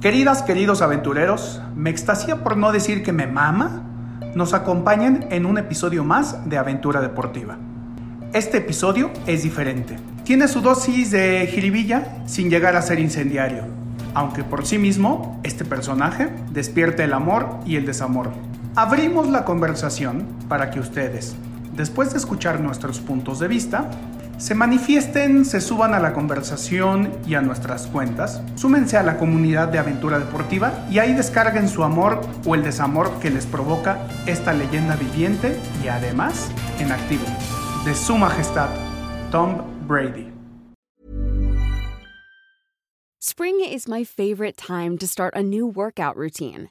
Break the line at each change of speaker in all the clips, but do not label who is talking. Queridas, queridos aventureros, me extasía por no decir que me mama, nos acompañen en un episodio más de Aventura Deportiva. Este episodio es diferente. Tiene su dosis de jiribilla sin llegar a ser incendiario, aunque por sí mismo este personaje despierta el amor y el desamor. Abrimos la conversación para que ustedes, después de escuchar nuestros puntos de vista, se manifiesten, se suban a la conversación y a nuestras cuentas, súmense a la comunidad de aventura deportiva y ahí descarguen su amor o el desamor que les provoca esta leyenda viviente y además en activo, de su majestad, Tom Brady.
Spring is my favorite time to start a new workout routine.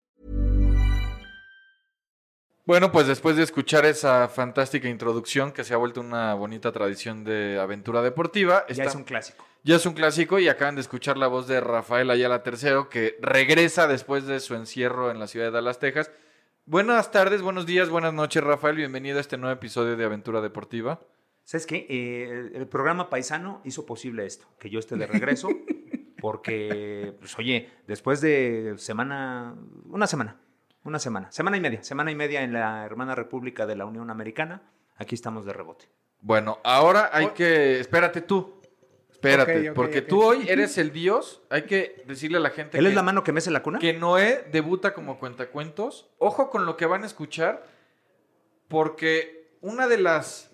Bueno, pues después de escuchar esa fantástica introducción que se ha vuelto una bonita tradición de aventura deportiva,
Ya
está-
es un clásico.
ya es un clásico y acaban de escuchar la voz de Rafael Ayala III, que regresa después de su encierro en la ciudad de Dallas, Texas. Buenas tardes, buenos días, buenas noches, Rafael. Bienvenido a este nuevo episodio de Aventura Deportiva.
¿Sabes qué? Eh, el, el programa Paisano hizo posible esto, que yo esté de regreso, porque, pues, oye, después de semana, una semana, una semana, semana y media, semana y media en la hermana República de la Unión Americana, aquí estamos de rebote.
Bueno, ahora hay
Oh.
que. Espérate tú. Espérate,
Ok, ok,
porque
ok.
tú hoy eres el dios. Hay que decirle a la gente
¿Él
que,
es la mano que mece la cuna?
que Noé debuta como cuentacuentos. Ojo con lo que van a escuchar, porque una de las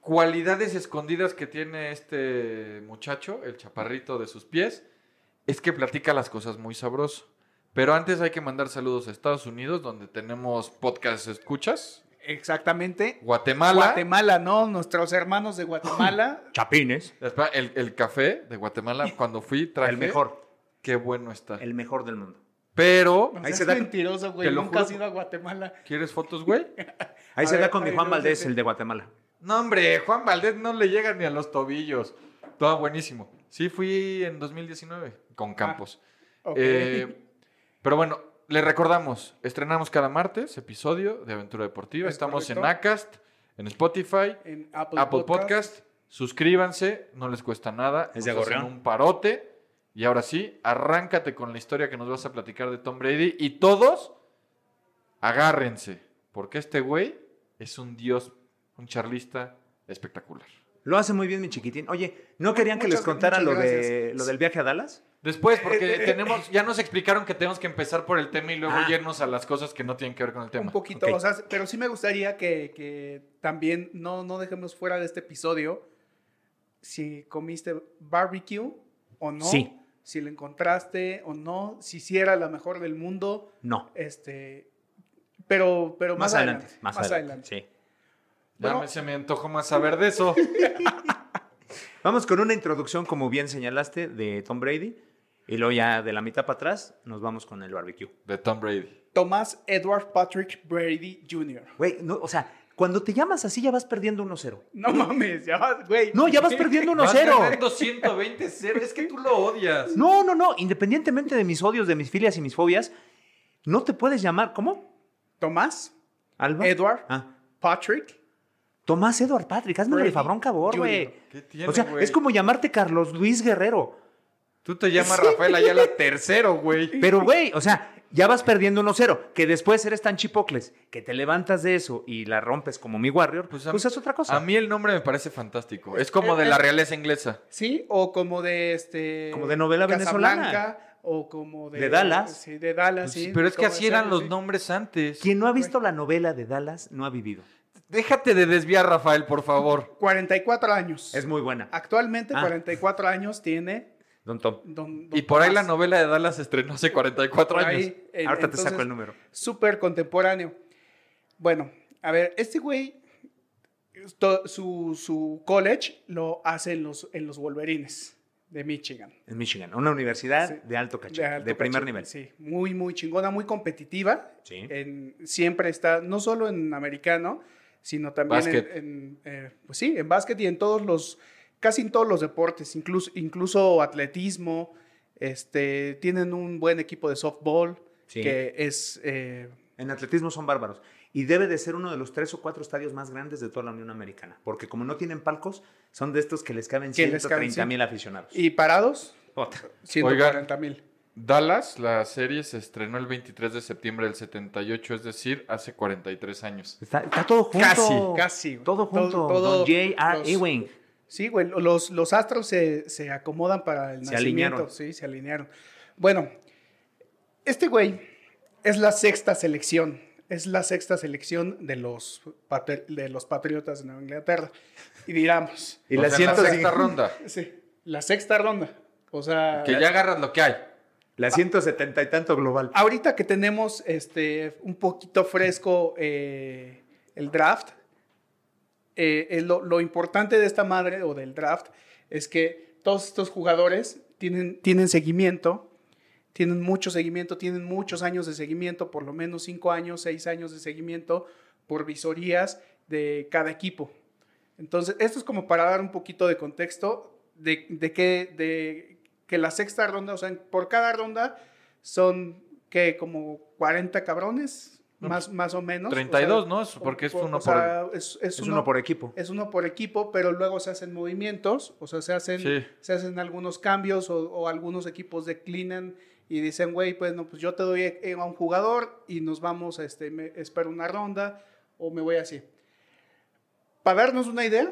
cualidades escondidas que tiene este muchacho, el chaparrito de sus pies, es que platica las cosas muy sabroso. Pero antes hay que mandar saludos a Estados Unidos, donde tenemos podcast escuchas.
Exactamente.
Guatemala.
Guatemala, ¿no? Nuestros hermanos de Guatemala.
Chapines.
Espera, El, el café de Guatemala, cuando fui, traje.
El mejor,
Qué bueno está.
el mejor del mundo.
Pero,
No
Ahí
seas
se da-
mentiroso, güey.
te lo
Nunca has
juro.
ido a Guatemala.
¿quieres fotos, güey?
Ahí
A
se
ver,
da con mi
ay,
Juan
no,
Valdés,
sí, sí.
el de Guatemala.
No, hombre, Juan Valdés no le llega ni a los tobillos. Todo buenísimo. Sí, fui en 2019 con Campos.
Ah, Ok.
Eh, pero bueno, le recordamos, estrenamos cada martes episodio de Aventura Deportiva.
Es
Estamos en
correcto. Eh,
Acast, en Spotify,
en
Apple Podcast. Suscríbanse, no les cuesta nada.
Es de
nos hacen
gorrión.
un parote. Y ahora sí, arráncate con la historia que nos vas a platicar de Tom Brady. Y todos, agárrense. Porque este güey es un dios, un charlista espectacular.
Lo hace muy bien mi chiquitín. Oye, ¿no querían que
Muchas-
les contara lo,
muchas
de, lo del viaje a Dallas?
Después, porque tenemos, ya nos explicaron que tenemos que empezar por el tema y luego
Ah.
irnos a las cosas que no tienen que ver con el tema.
Un poquito,
Ok.
o sea, pero sí me gustaría que, que también no, no dejemos fuera de este episodio si comiste barbecue o no,
Sí.
si lo encontraste o no, si sí era la mejor del mundo,
No.
este, pero, pero más, adelante,
Más, adelante. Sí.
Ya
Bueno.
me- se me antojó más saber de eso.
Vamos con una introducción, como bien señalaste, de Tom Brady. Y luego ya de la mitad para atrás nos vamos con el barbecue.
De Tom Brady.
Tomás Edward Patrick Brady Jr.
Güey, no, o sea, cuando te llamas así ya vas perdiendo 1-0.
No mames, ya vas, güey.
No, ya vas perdiendo 1-0.
220 0 es que tú lo odias.
No, no, no. Independientemente de mis odios, de mis filias y mis fobias, no te puedes llamar. ¿Cómo?
Tomás
¿Alba?
Edward
Ah.
Patrick.
Tomás Edward Patrick, hazme
Brady
el fabrón cabor,
Jr..
güey.
¿Qué tiene,
O sea,
güey?
es como llamarte Carlos Luis Guerrero.
Tú te llamas Rafael Ayala tercero, güey.
Pero, güey, o sea, ya vas perdiendo 1-0. Que después eres tan chipocles que te levantas de eso y la rompes como mi Warrior, pues, es otra cosa.
A mí el nombre me parece fantástico. Es como
Eh,
de la realeza inglesa.
Sí, o como de este.
Como de novela
Casablanca,
venezolana.
O como de.
De Dallas. Pues
Sí, de Dallas, Pues sí.
Pero es que
como
así
de
eran
series,
los
sí.
nombres antes.
Quien no ha visto la novela de Dallas no ha vivido.
Déjate de desviar, Rafael, por favor.
44 años. Ah,
Es muy buena.
Actualmente,
Ah.
44 años tiene
Don Tom.
Don- don
Y por ahí la
Tomás.
novela de Dallas estrenó hace 44
Por ahí,
años.
eh,
Ahorita te saco
entonces,
el número.
Súper contemporáneo. Bueno, a ver, este güey, to- su, su college lo hace en los, en los Wolverines de Michigan.
En Michigan, una universidad
Sí.
de alto cachete, de,
alto
primer
cachete,
nivel.
Sí, muy, muy chingona, muy competitiva.
Sí.
En- siempre está, no solo en americano, sino también en-
Básquet.
en, eh, pues sí, en básquet y en todos los, casi en todos los deportes, incluso, incluso atletismo. Este, tienen un buen equipo de softball,
Sí.
que es... eh,
En atletismo son bárbaros. Y debe de ser uno de los tres o cuatro estadios más grandes de toda la Unión Americana. Porque como no tienen palcos, son de estos que les caben
Que les caben,
130 mil aficionados.
y parados,
Puta.
140 mil.
Dallas, la serie se estrenó el 23 de septiembre del 78, es decir, hace 43 años.
Está, está todo junto.
casi, güey.
Todo junto.
Todo- todo-
Don J.R.
los-
Ewing.
Sí, güey, los, los astros se, se acomodan para el
Se
nacimiento.
alinearon.
Sí, se alinearon. Bueno, este güey es la sexta selección. Es la sexta selección de los, patri- de los patriotas de Nueva Inglaterra. Y diramos,
Y
O
la
sea, en
siento
la
sin-
sexta ronda,
sí, la sexta ronda. O sea,
que ya agarras lo que hay.
La 170 y tanto global.
ahorita que tenemos este, un poquito fresco eh, el draft, eh, eh, lo, lo importante de esta madre o del draft es que todos estos jugadores tienen, tienen seguimiento, tienen mucho seguimiento, tienen muchos años de seguimiento, por lo menos cinco años, seis años de seguimiento por visorías de cada equipo. Entonces, esto es como para dar un poquito de contexto de, de que, de que la sexta ronda, o sea, por cada ronda son que como 40 cabrones,
No, pues,
más, más o menos. o sea,
32, ¿no? Es Porque es
o-
uno
o sea, es, es
Es
uno,
uno, por equipo.
es uno por equipo, pero luego se hacen movimientos, o sea, se hacen,
Sí.
se hacen algunos cambios o, o algunos equipos declinan y dicen, güey, pues no, pues yo te doy eh, a un jugador y nos vamos, este, me, espero una ronda o me voy así. Para darnos una idea,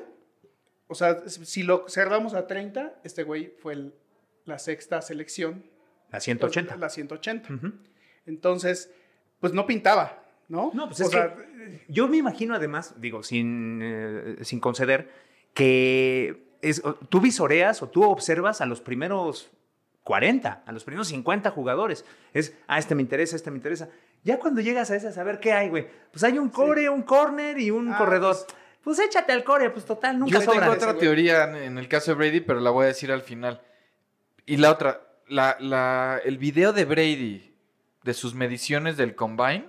o sea, si si lo cerramos a 30, este güey fue el- la sexta selección.
La 180.
La 180.
Ujú.
Entonces, pues no pintaba, ¿no?
No, pues
O
es
sea,
que yo me imagino además, digo, sin, eh, sin conceder, que es, o- tú visoreas o tú observas a los primeros 40, a los primeros 50 jugadores. Es, ah, este me interesa, este me interesa. Ya cuando llegas a ese, a saber qué hay, güey. Pues hay un core, un corner y un
Ah,
corredor. Pues, échate al core, pues total, nunca
Yo
sobra.
tengo
Ese
otra
güey.
teoría en- en el caso de Brady, pero la voy a decir al final. Y la otra, la, la- el video de Brady de sus mediciones del combine,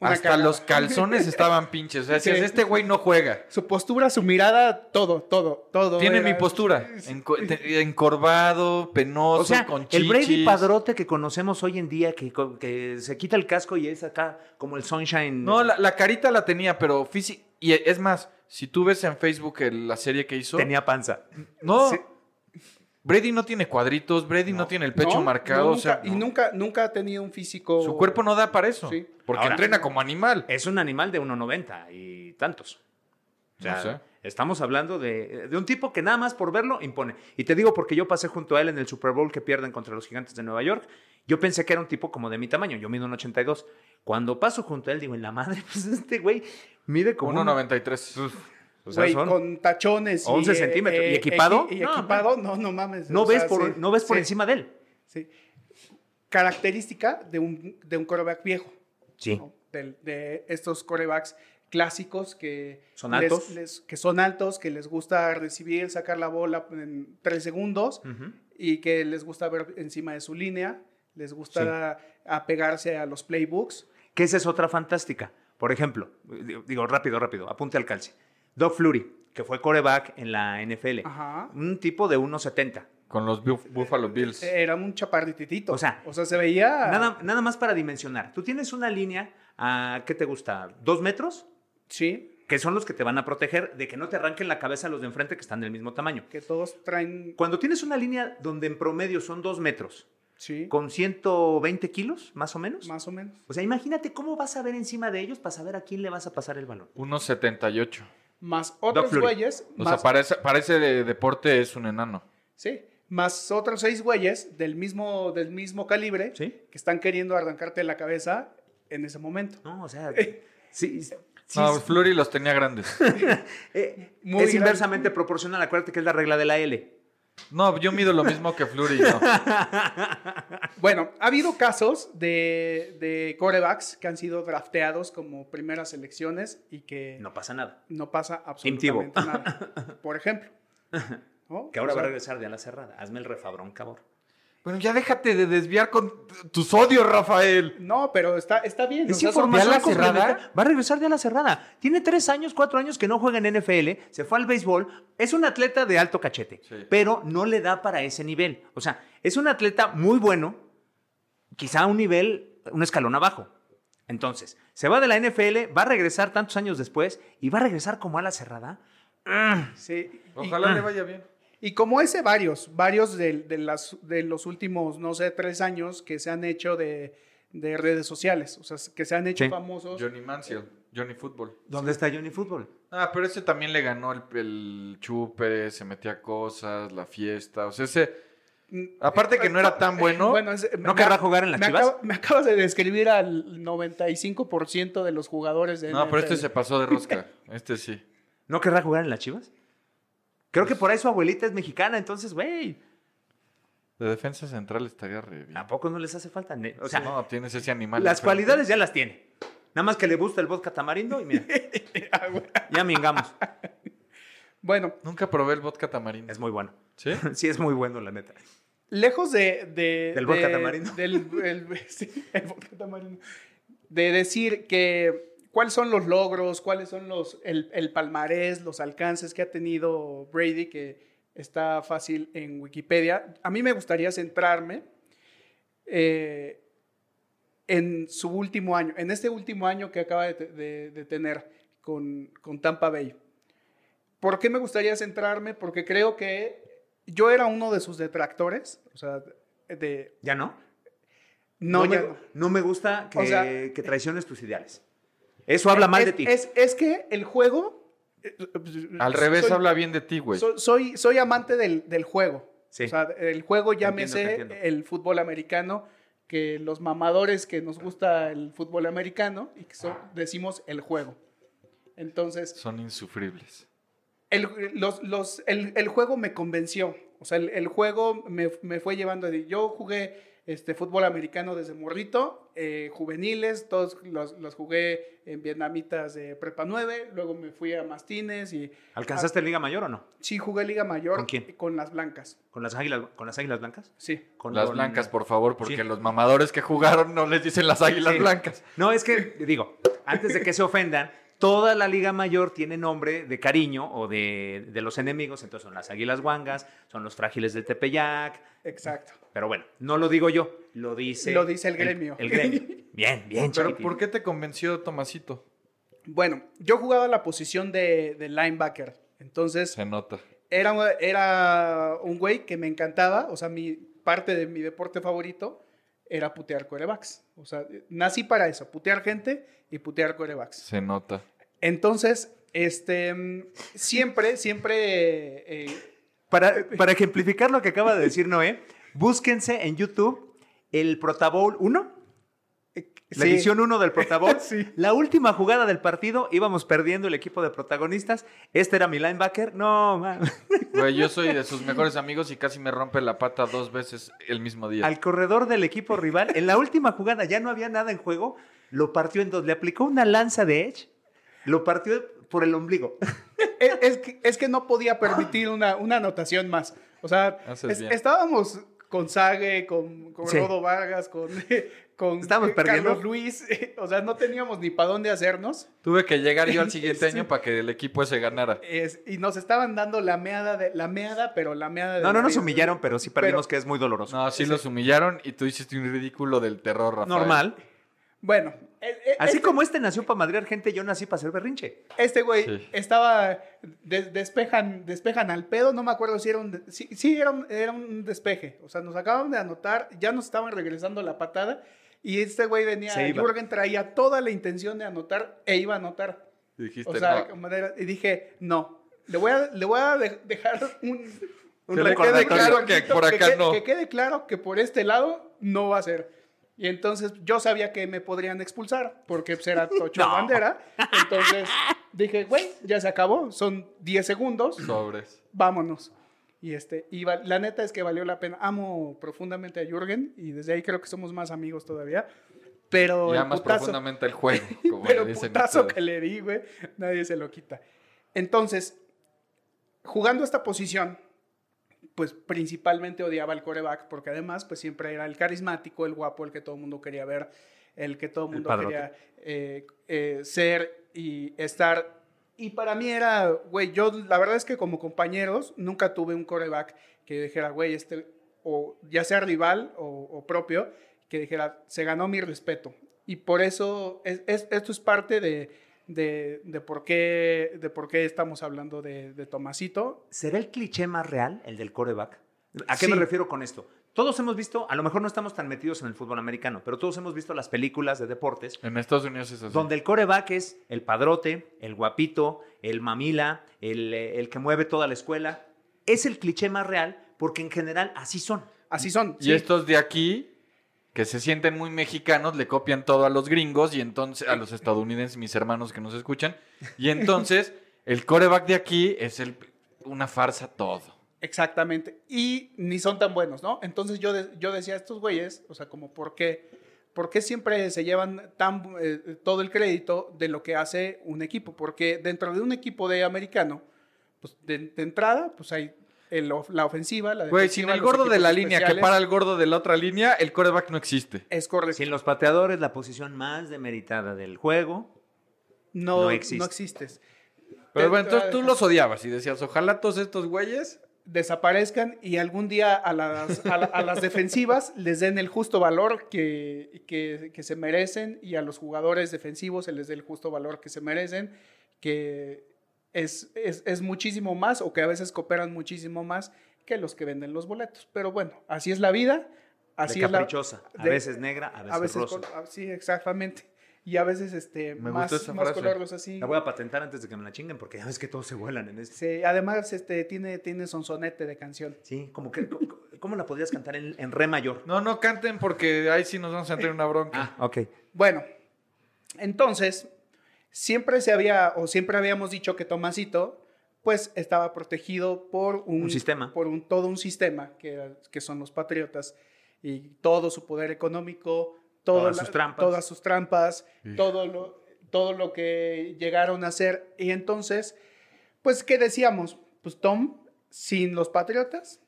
Una
hasta
cagada.
los calzones estaban pinches. O sea,
Sí.
decías, este güey no juega.
Su postura, su mirada, todo, todo, todo.
Tiene
era-
mi postura. enco- te- encorvado, penoso,
O sea,
con chichis.
el Brady Padrote que conocemos hoy en día, que, co- que se quita el casco y es acá como el Sunshine.
No, la, la carita la tenía, pero físico. Y es más, si tú ves en Facebook el- la serie que hizo.
tenía panza.
No.
Sí.
Brady no tiene cuadritos, Brady no, tiene el pecho
No,
marcado.
no,
o sea,
nunca- Y nunca, nunca ha tenido un físico.
Su cuerpo no da para eso.
Sí.
Porque
Ahora-
entrena como animal.
Es un animal de 1,90 y tantos. O sea,
No sé.
estamos hablando de, de un tipo que nada más por verlo impone. Y te digo porque yo pasé junto a él en el Super Bowl que pierden contra los gigantes de Nueva York. Yo pensé que era un tipo como de mi tamaño. Yo mido un 82. Cuando paso junto a él, digo, en la madre, pues este güey mide como... un-
1.93.
o sea,
güey,
son-
con tachones.
11 centímetros. ¿Y equipado?
equi- y
No,
equipado, no, no mames.
no,
o
ves
sea,
por,
sí,
no ves por
sí,
encima de él.
sí. Característica de un, de un coreback viejo.
Sí.
¿no? Del- De, estos corebacks clásicos que
Son
les-
altos.
les- que son altos, que les gusta recibir, sacar la bola en tres segundos
Ujú.
y que les gusta ver encima de su línea, les gusta apegarse a los playbooks.
Que esa es otra fantástica. Por ejemplo, digo, digo, rápido, rápido, apunte al calce. Doug Flurry, que fue coreback en la NFL.
Ajá.
Un tipo de 1,70.
Con los Buf- Buffalo Bills.
Era un chaparrititito.
O sea,
se veía.
Nada, nada más para dimensionar. Tú tienes una línea a, ¿qué te gusta? ¿Dos metros?
Sí,
Que son los que te van a proteger de que no te arranquen la cabeza los de enfrente que están del mismo tamaño.
que todos traen.
Cuando tienes una línea donde en promedio son dos metros,
Sí,
con 120 kilos, más o menos.
más o menos.
O sea, imagínate cómo vas a ver encima de ellos para saber a quién le vas a pasar el balón.
1.78.
Más otros
Fleury.
güeyes.
O
más,
sea, parece, parece de deporte es un enano.
sí, más otros seis güeyes del mismo, del mismo calibre
¿Sí?
que están queriendo arrancarte la cabeza en ese momento.
No, o sea, sí, sí,
no,
sí.
Flurry los tenía grandes.
Eh,
Muy
es
grande.
inversamente proporcional. Acuérdate que es la regla de la L.
No, yo mido lo mismo que Flurry. no.
Bueno, ha habido casos de, de corebacks que han sido drafteados como primeras elecciones y que no,
No pasa nada.
pasa absolutamente nada. Por ejemplo. ¿no?
Que ahora
O
va a
sea,
regresar de ala cerrada. Hazme el refabrón, cabrón.
Bueno, ya déjate de desviar con t- tus odios, Rafael.
No, pero está, está bien. o
Es
sea, son-
información
¿de ala
complementaria.
cerrada?
Va a regresar de ala cerrada. Tiene tres años, cuatro años que no juega en NFL, se fue al béisbol. Es un atleta de alto cachete,
Sí.
pero no le da para ese nivel. O sea, es un atleta muy bueno, quizá a un nivel, un escalón abajo. Entonces, se va de la NFL, va a regresar tantos años después y va a regresar como ala cerrada.
sí,
Oh.
y-
Ojalá le vaya bien.
Y como ese, varios, varios de, de las, de los últimos, no sé, tres años que se han hecho de, de redes sociales, o sea, que se han hecho
Sí.
famosos.
Johnny Mansell, Johnny Fútbol.
¿Dónde está Johnny Fútbol?
Ah, pero ese también le ganó el, el chupe, se metía cosas, la fiesta. O sea, ese. Aparte que no era tan bueno.
Mm, eh, Bueno, es-
¿No
me-
querrá jugar en las
me
Chivas?
acaba- me acabas de describir al 95% de los jugadores de
no, pero este
NFL.
se pasó de rosca. Este sí.
¿No querrá jugar en las Chivas? Creo
Pues
que por ahí su abuelita es mexicana, entonces, güey,
De defensa central estaría re bien.
¿a poco no les hace falta? ne- Ah, pues, O sea,
no, tienes ese animal.
Las
enfrente.
cualidades ya las tiene. Nada más que le gusta el vodka tamarindo y mira, ya mingamos.
Bueno,
Nunca probé el vodka tamarindo.
Es muy bueno.
¿Sí?
Sí, es muy bueno, la neta.
lejos de... de-
Del vodka
de-
tamarindo.
Del el- sí, el vodka tamarindo. De decir que... ¿Cuáles son los logros? ¿Cuáles son los el, el palmarés, los alcances que ha tenido Brady? Que está fácil en Wikipedia. A mí me gustaría centrarme eh, en su último año, en este último año que acaba de, te- de- de tener con, con Tampa Bay. ¿Por qué me gustaría centrarme? Porque creo que yo era uno de sus detractores, o sea, de...
¿Ya no?
No,
me,
ya no.
no me gusta que,
O sea, eh,
que traiciones tus ideales. Eso habla mal
es,
de ti.
Es, es que el juego... eh,
Al revés
soy-
habla bien de ti, güey.
so- soy, soy amante del, del juego.
Sí.
O sea, el juego llámese
entiendo.
el fútbol americano, que los mamadores que nos gusta el fútbol americano y que so- decimos el juego. Entonces,
Son insufribles.
el, los- los- el- el juego me convenció. O sea, el, el juego me, me fue llevando. de- Yo jugué este, fútbol americano desde morrito, eh, juveniles, todos los, los jugué en vietnamitas de prepa 9, luego me fui a Mastines y
¿Alcanzaste Liga Mayor o no?
sí jugué Liga Mayor
¿Con quién?
con las blancas.
¿Con las águilas, con las águilas blancas?
Sí.
Con
Las
con-
blancas, por favor, porque
Sí.
los mamadores que jugaron no les dicen las águilas
Sí.
blancas.
No, es que, digo, antes de que se ofendan, toda la Liga Mayor tiene nombre de cariño o de, de los enemigos. Entonces son las águilas guangas, son los frágiles del Tepeyac,
Exacto.
Pero bueno, no lo digo yo, lo dice.
Lo dice el gremio.
El, gremio. Bien, bien,
Pero
chiquitín.
¿por qué te convenció Tomasito?
Bueno, yo jugaba la posición de, de linebacker. Entonces,
Se nota.
era, un- era un güey que me encantaba. O sea, mi, parte de mi deporte favorito era putear corebacks. O sea, nací para eso, putear gente y putear corebacks.
Se nota.
Entonces, este, mm, siempre, siempre... eh, eh,
Para, para ejemplificar lo que acaba de decir Noé, búsquense en YouTube el Protabowl 1, la
sí.
edición 1 del Protabowl.
Sí.
La última jugada del partido, íbamos perdiendo el equipo de protagonistas. Este era mi linebacker. No, man.
Güey, yo soy de sus mejores amigos y casi me rompe la pata dos veces el mismo día.
al corredor del equipo rival. En la última jugada ya no había nada en juego. Lo partió en dos. Le aplicó una lanza de Edge. Lo partió por el ombligo.
es, es que, es que no podía permitir una, una anotación más. O sea,
Haces
es-
bien.
estábamos con Sague, con, con
Sí.
Rodo Vargas, con, con
Estábamos
eh,
perdiendo.
Carlos Luis. O sea, no teníamos ni para dónde hacernos.
Tuve que llegar yo al siguiente año para que el equipo ese ganara.
Es- y nos estaban dando la meada, de, la meada pero la meada de...
No, no nos
Madrid.
humillaron, pero sí perdimos que es muy doloroso.
No, sí los humillaron y tú hiciste un ridículo del terror, Rafael.
Normal.
Bueno, eh, eh,
Así
este-
como este nació para madrear gente, yo nací para hacer berrinche.
este güey
Sí.
estaba... de- despejan, despejan al pedo, no me acuerdo si era un... de- Sí, sí, era un, era un despeje. O sea, nos acababan de anotar, ya nos estaban regresando la patada y este güey venía...
Se iba.
Jürgen traía toda la intención de anotar e iba a anotar.
Y Dijiste,
O sea,
no.
como de- y dije, no, le voy a, le voy a de- dejar un,
Un
que quede
recordatorio.
claro
Que
Quito,
por acá
quede-
no.
que quede claro que por este lado no va a ser. Y entonces yo sabía que me podrían expulsar porque pues, era Tocho
No.
Bandera. Entonces dije, güey, ya se acabó, son 10 segundos,
Sobres.
vámonos. Y, este, y val- la neta es que valió la pena. Amo profundamente a Jürgen y desde ahí creo que somos más amigos todavía. Pero
Ya
el
más
putazo-
profundamente el juego, como
pero
le dicen
putazo
ustedes.
que le di, güey, nadie se lo quita. Entonces, jugando esta posición, pues principalmente odiaba al coreback, porque además, pues siempre era el carismático, el guapo, el que todo el mundo quería ver, el que todo el
El
mundo
padrote.
quería eh, eh, ser y estar. Y para mí era, güey, yo la verdad es que como compañeros nunca tuve un coreback que yo dijera, güey, este, o ya sea rival o, o propio, que dijera, se ganó mi respeto. Y por eso, es- es- esto es parte de, de, de por, qué, de por qué estamos hablando de, de Tomasito.
¿Será el cliché más real, el del coreback? ¿A qué me
Sí.
refiero con esto? Todos hemos visto, a lo mejor no estamos tan metidos en el fútbol americano, pero todos hemos visto las películas de deportes
En Estados Unidos es así.
donde el coreback es el padrote, el guapito, el mamila, el, eh, el que mueve toda la escuela. Es el cliché más real porque en general así son.
Así son.
Y
sí.
estos de aquí, que se sienten muy mexicanos, le copian todo a los gringos y entonces, a los estadounidenses, mis hermanos que nos escuchan. Y entonces, el coreback de aquí es el, una farsa todo.
Exactamente. Y ni son tan buenos, ¿no? Entonces yo, de- yo decía, estos güeyes, o sea, como, ¿por qué? ¿Por qué siempre se llevan tan, eh, todo el crédito de lo que hace un equipo? Porque dentro de un equipo de americano, pues de, de entrada, pues hay el of- la ofensiva, la defensiva.
Güey, sin el
los
gordo de
equipos
la línea que
especiales.
para el gordo de la otra línea, el coreback no existe.
Es correcto.
Sin los pateadores, la posición más demeritada del juego.
no,
no
no,
existe.
existes.
Pero
Te-
bueno,
te-
entonces tú los odiabas y decías, ojalá todos estos güeyes.
Desaparezcan y algún día a las, a la- a las defensivas les den el justo valor que, que- que se merecen y a los jugadores defensivos se les dé el justo valor que se merecen, que es, es- es muchísimo más o que a veces cooperan muchísimo más que los que venden los boletos. Pero bueno, así es la vida, así
de
es la...
caprichosa. a
de-
veces negra, a veces,
a veces
rosa.
col- ah, sí, exactamente. Y a veces este,
Me
más,
gustó esa
más
frase.
colorlos así.
La voy a patentar antes de que me la chinguen porque ya ves que todos se vuelan en este.
Sí, además este, tiene, tiene sonsonete de canción.
Sí, como que. co- co- ¿Cómo la podrías cantar en, en re mayor?
No, no canten porque ahí sí nos vamos a entrar en una bronca.
Ah, ok.
Bueno, entonces, siempre se había, o siempre habíamos dicho que Tomasito, pues estaba protegido por un,
Un sistema.
Por un, todo un sistema, que, que son los patriotas, y todo su poder económico, todo
Todas
la-
sus trampas.
todas sus trampas,
Hijo.
todo, lo, todo lo que llegaron a hacer. Y entonces, pues, ¿qué decíamos? Pues Tom, sin los patriotas,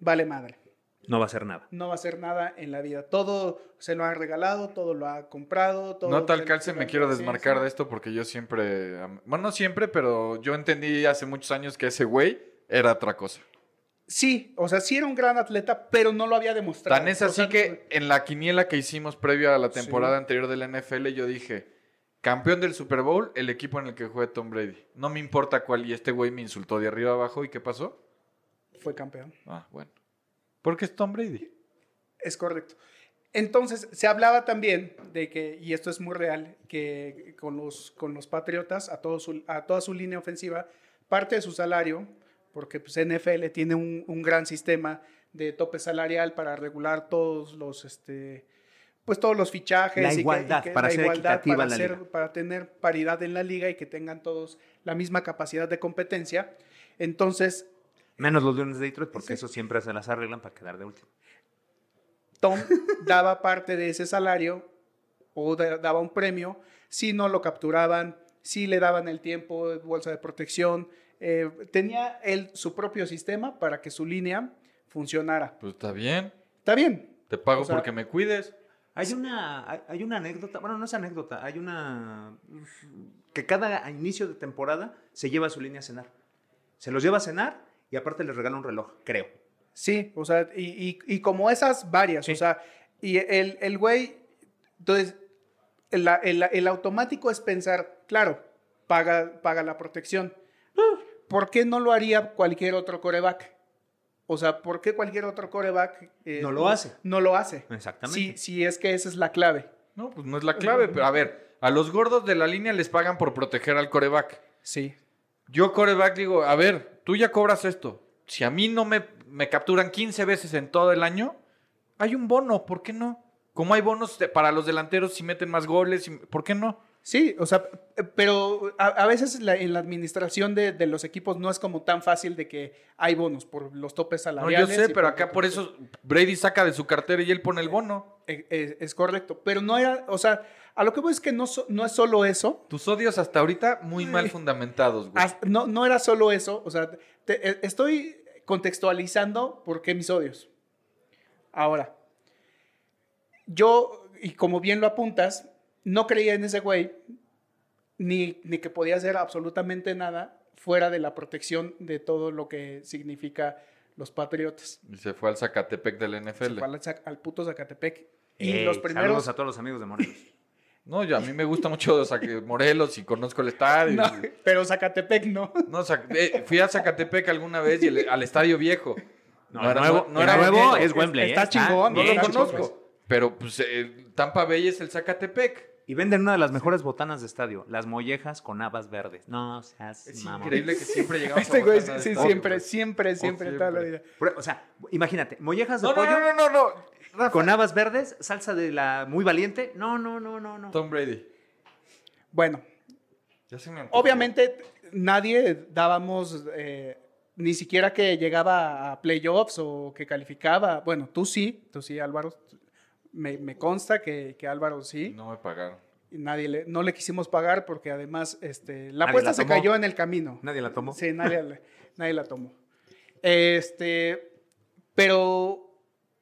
vale madre
No va a ser nada.
no va a hacer nada en la vida. Todo se lo ha regalado, todo lo ha comprado, todo.
No tal
se-
calce,
se
me
lo-
quiero
sí,
desmarcar
sí.
de esto porque yo siempre, am- bueno, no siempre, pero yo entendí hace muchos años que ese güey era otra cosa.
Sí, o sea, sí era un gran atleta, pero no lo había demostrado.
Tan es
O
así
sea,
que en la quiniela que hicimos previa a la temporada anterior de la NFL, yo dije, campeón del Super Bowl, el equipo en el que juega Tom Brady. No me importa cuál, y este güey me insultó de arriba abajo, ¿y qué pasó?
Fue campeón.
Ah, bueno. Porque es Tom Brady.
Es correcto. Entonces, se hablaba también de que, y esto es muy real, que con los, con los Patriotas, a, todo su- a toda su línea ofensiva, parte de su salario, porque pues, NFL tiene un, un gran sistema de tope salarial para regular todos los, este, pues, todos los fichajes.
La
y que- y
igualdad,
que-
para
la
ser
igualdad,
equitativa
para
la
ser-
liga.
para tener paridad en la liga y que tengan todos la misma capacidad de competencia. Entonces,
Menos los Leones de Detroit porque
Sí.
eso siempre se las arreglan para quedar de último.
Tom daba parte de ese salario o da- daba un premio si no lo capturaban, si le daban el tiempo, bolsa de protección. eh, tenía él su propio sistema para que su línea funcionara.
Pues está bien,
Está bien.
te pago
O sea-
porque me cuides.
Hay una, hay- hay una anécdota, bueno, no es anécdota, hay una que cada inicio de temporada se lleva a su línea a cenar. Se los lleva a cenar y aparte les regala un reloj, creo.
Sí, o sea, y, y- y como esas varias,
Sí.
o sea, y el, el güey, entonces, el, el- el automático es pensar, claro, paga, paga la protección. ¿Por qué no lo haría cualquier otro coreback? O sea, ¿por qué cualquier otro coreback eh,
No lo hace.
No lo hace. Si,
Exactamente.
si es que esa es la clave.
No, pues no es la clave, pero a ver, a los gordos de la línea les pagan por proteger al coreback.
Sí.
Yo coreback digo, a ver, tú ya cobras esto. Si a mí no me, me capturan 15 veces en todo el año, hay un bono, ¿por qué no? Como hay bonos de- para los delanteros si meten más goles, si- ¿por qué no?
Sí, o sea, pero a, a veces la- en la administración de, de los equipos no es como tan fácil de que hay bonos por los topes
No, yo
salariales.
sé,
y
pero acá por eso Brady saca de su cartera y él pone el bono.
Eh, Es, es correcto, pero no era, o sea, a lo que voy es que no, so- no es solo eso,
Tus odios hasta ahorita muy mal fundamentados,
Pues
güey.
As- No, no era solo eso, o sea, te- e- estoy contextualizando por qué mis odios. Ahora, yo, y como bien lo apuntas, no creía en ese güey, ni, ni que podía hacer absolutamente nada fuera de la protección de todo lo que significa los patriotas.
Y se fue al Zacatepec del
Se
NFL.
fue al, Zac- al puto Zacatepec. Y
Ey,
los
Saludos
primeros...
a todos los amigos de Morelos.
No, yo a mí me gusta mucho Zac- Morelos y conozco el estadio.
No, pero Zacatepec no.
No, Zac- eh, fui a Zacatepec alguna vez y el- al estadio viejo.
No,
era-
el nuevo,
no
el
era
nuevo
viejo.
es Wembley.
Está
¿eh?
chingón,
No
bien
lo
Bien,
chingón.
conozco. Pero pues eh, Tampa Bay es el Zacatepec.
Y venden una de las mejores botanas de estadio, las mollejas con habas verdes. No seas
Es
mamón.
increíble que siempre llegamos
Este
a
güey sí,
botanas
sí,
de pues. pollo,
siempre,
güey.
siempre, siempre, toda la
siempre.
vida.
Prueba- O sea, imagínate, mollejas de
No, no,
pollo
no, no, no, no.
con habas verdes, salsa de la muy valiente. No, no, no, no, no.
Tom Brady.
Bueno,
Ya se me antojó.
Obviamente nadie dábamos, eh, ni siquiera que llegaba a playoffs o que calificaba. Bueno, tú sí, tú sí, Álvaro. Me, me consta que, que Álvaro sí.
No me pagaron.
Y Nadie le, no le quisimos pagar porque además este, la
Nadie
apuesta
la
se
tomó.
cayó en el camino.
Nadie la tomó.
Sí, nadie, la- nadie la tomó. Este, pero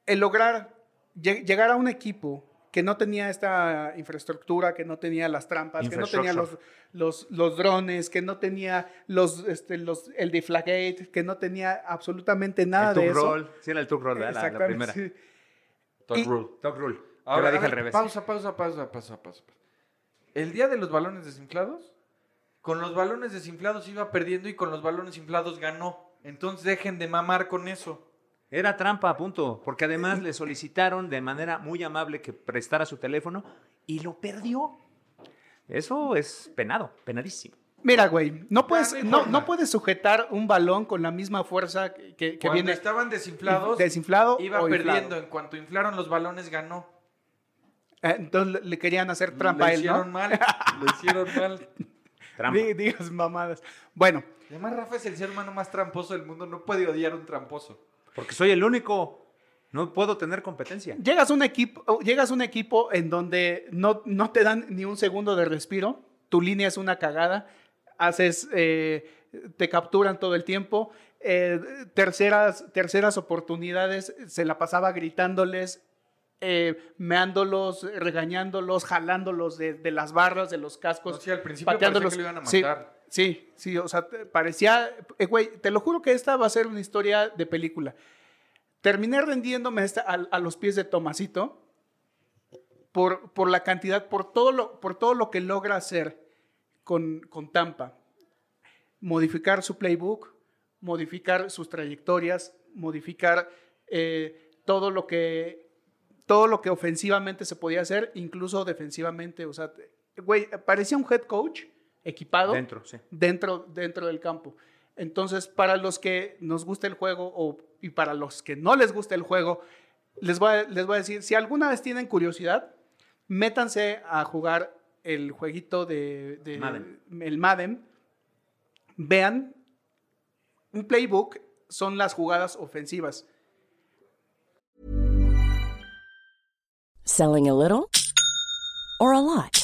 el lograr lle- llegar a un equipo que no tenía esta infraestructura, que no tenía las trampas, que no tenía los, los, los drones, que no tenía los, este, los, el deflagate, que no tenía absolutamente nada
el tug
de eso.
roll. Sí, era el tug roll, ¿verdad? la, la primera.
sí.
Tom
Y-
Rule.
Tug roll. Yo
Ahora
la dije
a
al
ver,
revés.
Pausa, pausa, pausa, pausa, pausa. El día de los balones desinflados, con los balones desinflados iba perdiendo y con los balones inflados ganó. Entonces dejen de mamar con eso.
Era trampa, punto. Porque además le solicitaron de manera muy amable que prestara su teléfono y lo perdió. Eso es penado, penadísimo.
Mira, güey, no
no
puedes, no,
importa.
no puedes sujetar un balón con la misma fuerza que, que- que
Cuando
viene
estaban desinflados,
desinflado
iba
o inflado.
perdiendo. En cuanto inflaron los balones, ganó.
Eh, Entonces le- le querían hacer trampa
Le
a él, ¿no?
hicieron mal, le hicieron mal.
Trampa.
Di- Digas mamadas. Bueno,
Además, Rafa es el ser humano más tramposo del mundo. No puede odiar un tramposo.
Porque soy el único. No puedo tener competencia.
llegas a un equipo, o llegas a un equipo en donde no, no te dan ni un segundo de respiro, tu línea es una cagada, haces, eh, te capturan todo el tiempo, eh, terceras, terceras oportunidades, se la pasaba gritándoles, eh, meándolos, regañándolos, jalándolos de, de las barras, de los cascos.
No sé, al principio
Pues, pateando
parecía
los-
que lo iban a
sí,
matar.
Sí, sí, o sea, te- parecía, eh, güey, te lo juro que esta va a ser una historia de película. Terminé rendiéndome a, esta- a- a los pies de Tomasito por, por la cantidad, por todo lo, por todo lo que logra hacer con, con Tampa. Modificar su playbook, modificar sus trayectorias, modificar eh, todo lo que todo lo que ofensivamente se podía hacer, incluso defensivamente. O sea, te- güey, parecía un head coach equipado
Dentro, sí.
dentro, dentro del campo. Entonces, para los que nos gusta el juego o, y para los que no les gusta el juego, les voy, a, les voy a decir, si alguna vez tienen curiosidad, métanse a jugar el jueguito de, de-
Madden.
el Madden. Vean, un playbook son las jugadas ofensivas.
Selling a little or a lot?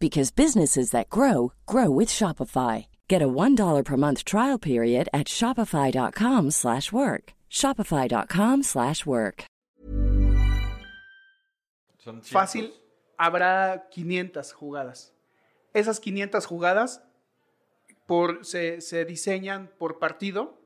because businesses that grow grow with Shopify. Get a $1 per month trial period at shopify.com/work. slash work. shopify.com/work. slash work.
Son cientos.
Fácil, habrá 500 jugadas. Esas 500 jugadas por, se, se diseñan por partido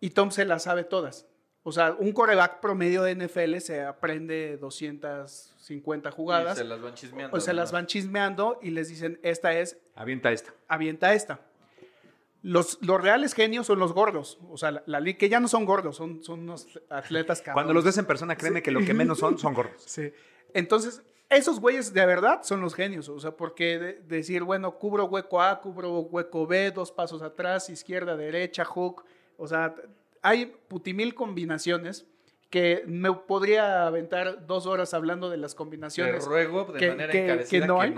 y Tom se las sabe todas. O sea, un coreback promedio de NFL se aprende 250
Y
jugadas.
se las van chismeando.
o se las van chismeando y les dicen, esta es,
Avienta esta.
avienta esta. Los, los reales genios son los gordos. O sea, la, la liga, que ya no son gordos, son, son unos atletas cabrones.
Cuando los ves en persona, créeme que lo que menos son, son gordos.
Sí. Entonces, esos güeyes de verdad son los genios. O sea, porque de- decir, bueno, cubro hueco A, cubro hueco B, dos pasos atrás, izquierda, derecha, hook. O sea, t- hay putimil combinaciones que me podría aventar dos horas hablando de las
Te
combinaciones.
ruego de
que-
manera
que- que
encarecida que
no
no.
hay.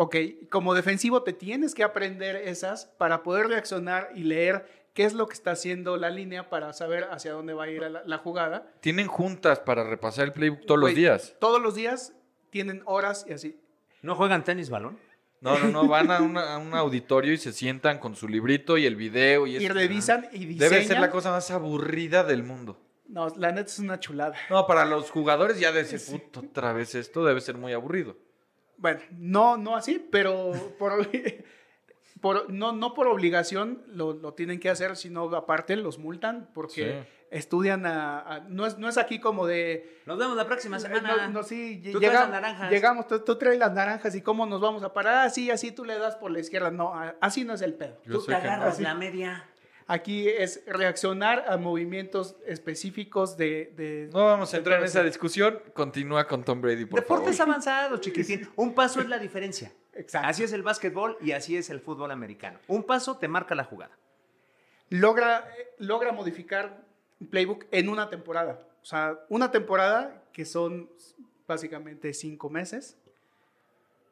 Ok, como defensivo te tienes que aprender esas para poder reaccionar y leer qué es lo que está haciendo la línea para saber hacia dónde va a ir la- la jugada.
Tienen juntas para repasar el playbook todos
Güey,
los días.
Todos los días tienen horas y así.
¿No juegan tenis balón?
No, no, no. Van a, una- a un auditorio y se sientan con su librito y el video y,
Y,
es-
revisan y diseñan.
Debe ser la cosa más aburrida del mundo.
No, la neta es una chulada.
No, para los jugadores ya decir, puto, otra vez esto debe ser muy aburrido.
Bueno, no, no así, pero por, por- no, no por obligación lo, lo tienen que hacer, sino aparte los multan porque
Sí.
estudian a, a- no, es, no es aquí como de...
Nos vemos la próxima
Eh, No, no, sí, llega-
Tú traes las naranjas.
llegamos, tú, tú traes las naranjas y cómo nos vamos a parar, así, así tú le das por la izquierda, no, a- así no es el pedo.
Yo sé que-
la media.
Aquí es reaccionar a movimientos específicos de... de-
No vamos a entrar en
Entonces-
esa discusión. Continúa con Tom Brady, por
Deportes
favor.
avanzados, chiquitín. Un paso es la diferencia.
Exacto.
Así es el básquetbol y así es el fútbol americano. Un paso te marca la jugada.
logra, logra modificar un playbook en una temporada. O sea, una temporada que son básicamente cinco meses.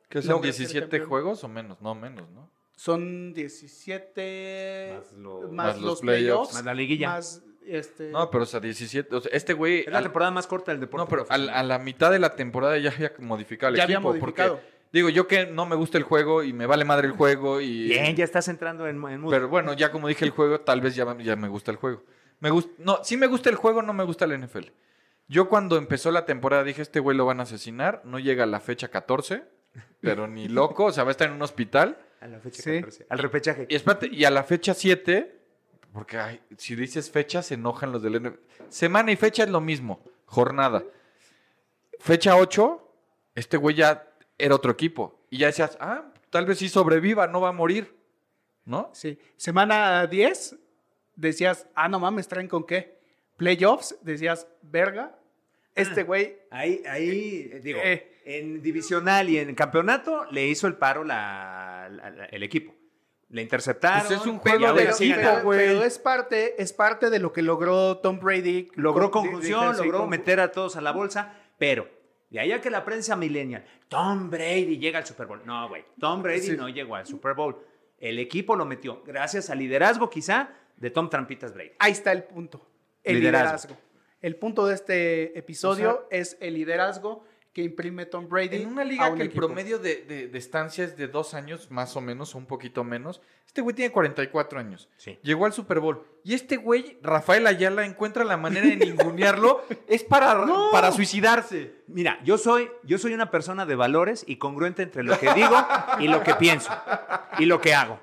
¿Qué son
Logra ser
17
campeón.
juegos o menos? No, menos, ¿no?
Son 17
Más lo-
más
los, playoffs.
los playoffs.
Más la liguilla.
más, este,
No, pero o sea, 17. o sea, este güey.
Eh, Es la
al-
temporada más corta del deporte.
No, pero al-
profesional.
a la mitad de la temporada ya había modificado el
Ya había
equipo. porque,
modificado.
digo, yo que no me gusta el juego y me vale madre el juego y.
Bien, ya estás entrando en, en mood.
Pero bueno, ya como dije el juego, tal vez ya, ya me gusta el juego. Me gust- no, sí me gusta el juego, no me gusta la NFL. Yo cuando empezó la temporada dije, este güey lo van a asesinar, no llega a la fecha 14, pero ni loco, o sea, va a estar en un hospital.
a la fecha
Sí.
14, Al repechaje.
Y espérate, y a la fecha 7, porque ay, si dices fecha se enojan los del NFL. Semana y fecha es lo mismo, jornada. Fecha 8, este güey ya era otro equipo. Y ya decías, ah, tal vez sí sobreviva, no va a morir, ¿no?
sí. Semana 10 decías, ah, no mames, traen con qué. Playoffs decías, verga, este güey
Ahí, ahí eh, digo,
Eh.
en divisional y en campeonato le hizo el paro la, la- la- el equipo. Le interceptaron.
Pues es un
y
juego
ahora
de
Ah, sí
equipo,
ganaron.
güey.
Pero es parte, es parte de lo que logró Tom Brady.
Logró
Con-
conjunción,
dije, sí,
logró
con-
meter a todos a la bolsa, pero de ahí a que la prensa millennial, Tom Brady llega al Super Bowl. No, güey, Tom Brady
Sí.
no llegó al Super Bowl. El equipo lo metió, gracias al liderazgo quizá de Tom Trampitas Brady.
Ahí está el punto. El liderazgo.
Liderazgo.
El punto de este episodio es el liderazgo que imprime Tom Brady.
En una
a
liga
un
que el
equipo. E,
promedio de, de, de estancia es de dos años, más o menos, o un poquito menos. Este güey tiene 44 años.
Sí.
Llegó al Super Bowl. Y este güey, Rafael Ayala, encuentra la manera de ningunearlo. es para, para suicidarse.
Mira, yo soy, yo soy una persona de valores y congruente entre lo que digo y lo que pienso y lo que hago.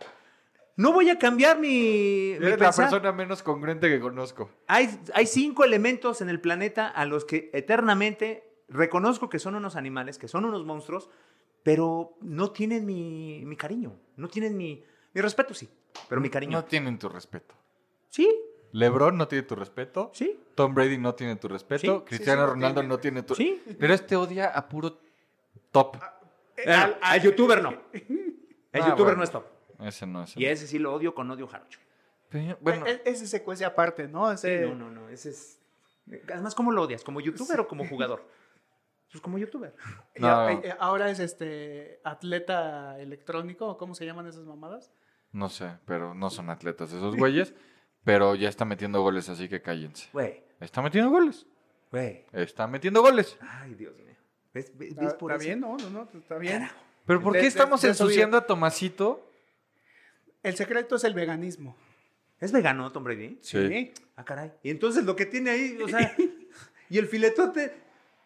No voy a cambiar mi, Eh, mi
Eres la
pensar.
persona menos congruente que conozco.
Hay, hay cinco elementos en el planeta a los que eternamente reconozco que son unos animales, que son unos monstruos, pero no tienen mi, mi cariño, no tienen mi, mi respeto, sí, pero mi cariño.
No tienen tu respeto.
Sí,
LeBron no tiene tu respeto.
sí,
Tom Brady no tiene tu respeto.
Sí,
Cristiano
sí, sí, lo
Ronaldo
tiene.
no tiene tu
sí.
Pero este odia a puro top.
Eh,
Bueno,
al-
al,
al-
youtuber no. El
Ah,
youtuber
bueno.
no es top.
Ese no es.
Y ese sí lo odio con odio jarocho.
Pero, Bueno,
e- ese secuencia aparte, ¿no? Ese-
No, no, no, ese es... Además, ¿cómo lo odias? ¿Como youtuber o como jugador? Pues como youtuber.
y
No.
a- eh, Ahora es este atleta electrónico, ¿o ¿cómo se llaman esas mamadas?
No sé, pero no son atletas esos güeyes. pero ya está metiendo goles, así que cállense.
Güey,
Está metiendo goles.
güey.
Está metiendo goles.
Ay, Dios mío. ¿Ves, ves- ves
¿Está,
por
está
eso?
bien? No, no, no, está bien.
Pero ¿por
De-
qué
de-
estamos
de eso
ensuciando a Tomasito?
El secreto es el veganismo.
¿Es vegano Tom Brady? Ah, caray. Y entonces lo que tiene ahí, o sea, y el filetote,